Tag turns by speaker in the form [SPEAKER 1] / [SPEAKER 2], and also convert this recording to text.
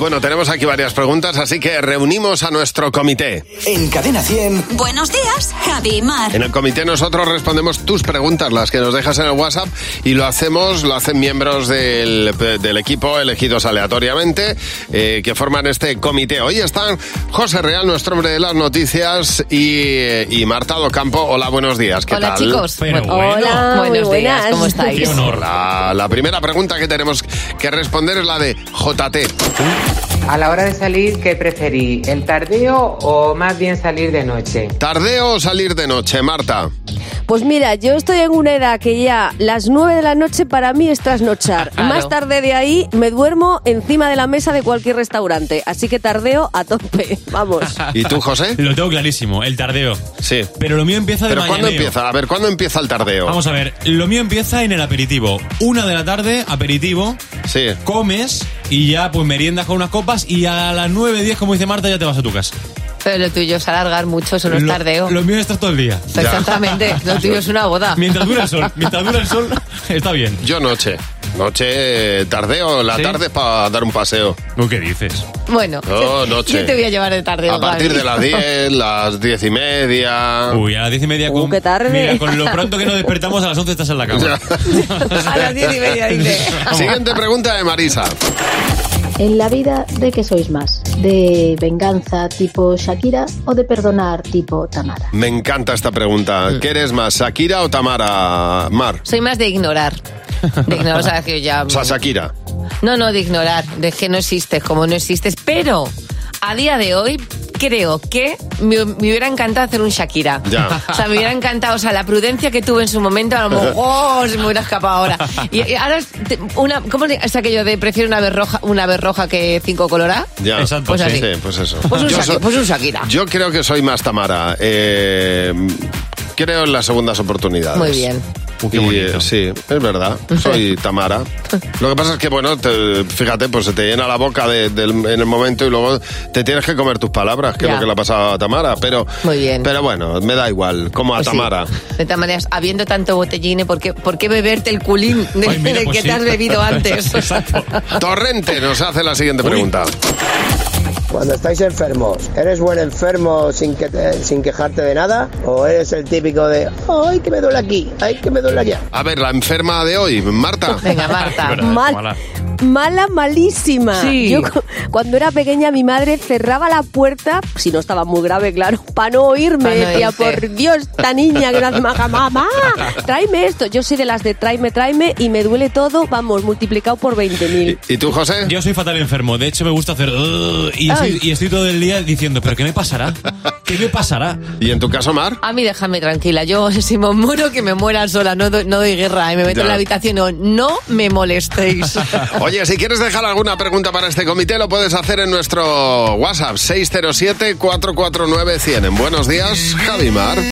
[SPEAKER 1] Bueno, tenemos aquí varias preguntas, así que reunimos a nuestro comité.
[SPEAKER 2] En Cadena 100.
[SPEAKER 3] Buenos días, Javi y Mar.
[SPEAKER 1] En el comité nosotros respondemos tus preguntas, las que nos dejas en el WhatsApp, y lo hacemos, lo hacen miembros del, del equipo elegidos aleatoriamente, eh, que forman este comité. Hoy están José Real, nuestro hombre de las noticias, y, y Marta Docampo. Hola, buenos días, ¿qué
[SPEAKER 4] Hola
[SPEAKER 1] tal?
[SPEAKER 4] chicos.
[SPEAKER 5] Pero
[SPEAKER 4] Bu-
[SPEAKER 5] bueno.
[SPEAKER 4] Hola,
[SPEAKER 6] muy
[SPEAKER 4] buenos días,
[SPEAKER 6] buenas.
[SPEAKER 4] ¿cómo estáis?
[SPEAKER 5] Qué honor.
[SPEAKER 1] La, la primera pregunta que tenemos que responder es la de JT.
[SPEAKER 7] A la hora de salir, ¿qué preferí? ¿El tardeo o más bien salir de noche?
[SPEAKER 1] ¿Tardeo o salir de noche, Marta?
[SPEAKER 6] Pues mira, yo estoy en una edad que ya las 9 de la noche para mí es trasnochar.
[SPEAKER 4] Claro.
[SPEAKER 6] Más tarde de ahí me duermo encima de la mesa de cualquier restaurante. Así que tardeo a tope. Vamos.
[SPEAKER 1] ¿Y tú, José?
[SPEAKER 5] Lo tengo clarísimo, el tardeo.
[SPEAKER 1] Sí.
[SPEAKER 5] Pero lo mío empieza de
[SPEAKER 1] ¿Pero cuándo
[SPEAKER 5] mañaneo.
[SPEAKER 1] empieza? A ver, ¿cuándo empieza el tardeo?
[SPEAKER 5] Vamos a ver, lo mío empieza en el aperitivo. Una de la tarde, aperitivo,
[SPEAKER 1] Sí.
[SPEAKER 5] comes y ya pues meriendas con unas copas y a las 9, 10, como dice Marta, ya te vas a tu casa.
[SPEAKER 4] Pero lo tuyo es alargar mucho, eso no es
[SPEAKER 5] Lo-
[SPEAKER 4] tardeo. Ah.
[SPEAKER 5] Lo mío es estar todo el día.
[SPEAKER 1] Ya.
[SPEAKER 4] Exactamente, lo tuyo es una boda.
[SPEAKER 5] Mientras dura el sol, mientras dura el sol, está bien.
[SPEAKER 1] Yo noche. Noche, tardeo, la
[SPEAKER 5] ¿Sí?
[SPEAKER 1] tarde para dar un paseo.
[SPEAKER 5] ¿Lo que dices?
[SPEAKER 4] Bueno,
[SPEAKER 1] No, Oh, noche.
[SPEAKER 4] yo te voy a llevar de tardeo.
[SPEAKER 1] A partir
[SPEAKER 4] Gaby.
[SPEAKER 1] de las 10, las 10 y media.
[SPEAKER 5] Uy, a las diez y media
[SPEAKER 6] Uh,
[SPEAKER 5] con...
[SPEAKER 6] qué tarde.
[SPEAKER 5] Mira, con lo pronto que nos despertamos a las 11 estás en la cama.
[SPEAKER 4] A las diez y media, dice.
[SPEAKER 1] Siguiente pregunta de Marisa.
[SPEAKER 8] En la vida, ¿de qué sois más? ¿De venganza tipo Shakira o de perdonar tipo Tamara?
[SPEAKER 1] Me encanta esta pregunta.
[SPEAKER 4] Mm.
[SPEAKER 1] ¿Qué eres más, Shakira o Tamara Mar?
[SPEAKER 4] Soy más de ignorar. De ignorar, o sea, que ya...
[SPEAKER 1] O sea, Shakira.
[SPEAKER 4] No, no, de ignorar, de que no existes, como no existes. Pero a día de hoy creo que me, me hubiera encantado hacer un Shakira.
[SPEAKER 1] Ya.
[SPEAKER 4] O sea, me hubiera encantado, o sea, la prudencia que tuve en su momento, a lo mejor oh, se me hubiera escapado ahora. Y, y ahora, es te- una, ¿cómo es es aquello de prefiero una vez roja, una vez roja que cinco coloradas?
[SPEAKER 1] Ya.
[SPEAKER 5] Exacto,
[SPEAKER 1] Pues
[SPEAKER 4] Pues
[SPEAKER 1] sí,
[SPEAKER 4] así.
[SPEAKER 1] sí, pues eso.
[SPEAKER 4] Pues un,
[SPEAKER 1] Yo
[SPEAKER 4] Shaki-
[SPEAKER 1] so-
[SPEAKER 4] pues un Shakira.
[SPEAKER 1] Yo creo que soy más Tamara. Eh, creo en las segundas oportunidades.
[SPEAKER 4] Muy bien.
[SPEAKER 5] Uh, qué
[SPEAKER 1] Y,
[SPEAKER 5] bonito.
[SPEAKER 1] eh, sí, es verdad. Soy Tamara. Lo que pasa es que, bueno, te- fíjate, pues se te llena la boca de- del- en el momento y luego te tienes que comer tus palabras, que es
[SPEAKER 4] Ya.
[SPEAKER 1] lo que le ha pasado a Tamara. Pero,
[SPEAKER 4] Muy bien.
[SPEAKER 1] pero bueno, me da igual, como a
[SPEAKER 4] Pues sí.
[SPEAKER 1] Tamara.
[SPEAKER 4] De todas maneras, habiendo tanto botellín, ¿por qué, por qué beberte el culín de,
[SPEAKER 5] Ay, mira,
[SPEAKER 4] del
[SPEAKER 5] pues
[SPEAKER 4] que
[SPEAKER 5] sí.
[SPEAKER 4] te has bebido antes?
[SPEAKER 5] Exacto.
[SPEAKER 1] Torrente nos hace la siguiente
[SPEAKER 5] Uy.
[SPEAKER 1] pregunta.
[SPEAKER 9] Cuando estáis enfermos, ¿eres buen enfermo sin, que te- sin quejarte de nada? ¿O eres el típico de, ay, que me duele aquí, ay, que me duele allá?
[SPEAKER 1] A ver, la enferma de hoy, Marta.
[SPEAKER 4] Venga, Marta.
[SPEAKER 5] Bueno.
[SPEAKER 6] Mal-
[SPEAKER 5] Mala.
[SPEAKER 6] mala, malísima.
[SPEAKER 4] Sí.
[SPEAKER 6] Yo cu- cuando era pequeña mi madre cerraba la puerta, si no estaba muy grave, claro, para no oírme.
[SPEAKER 4] Pa' no
[SPEAKER 6] decía,
[SPEAKER 4] oírte.
[SPEAKER 6] por Dios, esta niña que no hace maja, mamá, tráeme esto. Yo soy de las de tráeme, tráeme y me duele todo, vamos, multiplicado por 20.000.
[SPEAKER 1] ¿Y, y tú, José?
[SPEAKER 5] Yo soy fatal enfermo, de hecho me gusta hacer... "Ugh", Y estoy,
[SPEAKER 4] Ay.
[SPEAKER 5] y estoy todo el día diciendo, ¿pero qué me pasará? ¿Qué me pasará?
[SPEAKER 1] ¿Y en tu caso, Mar?
[SPEAKER 4] A mí déjame tranquila, yo si me muero que me muera sola, no doy, no doy guerra, ¿eh? me meto
[SPEAKER 1] Ya.
[SPEAKER 4] en la habitación, no, no me molestéis.
[SPEAKER 1] Oye, si quieres dejar alguna pregunta para este comité, lo puedes hacer en nuestro WhatsApp 607-449-100. En buenos días, Javimar.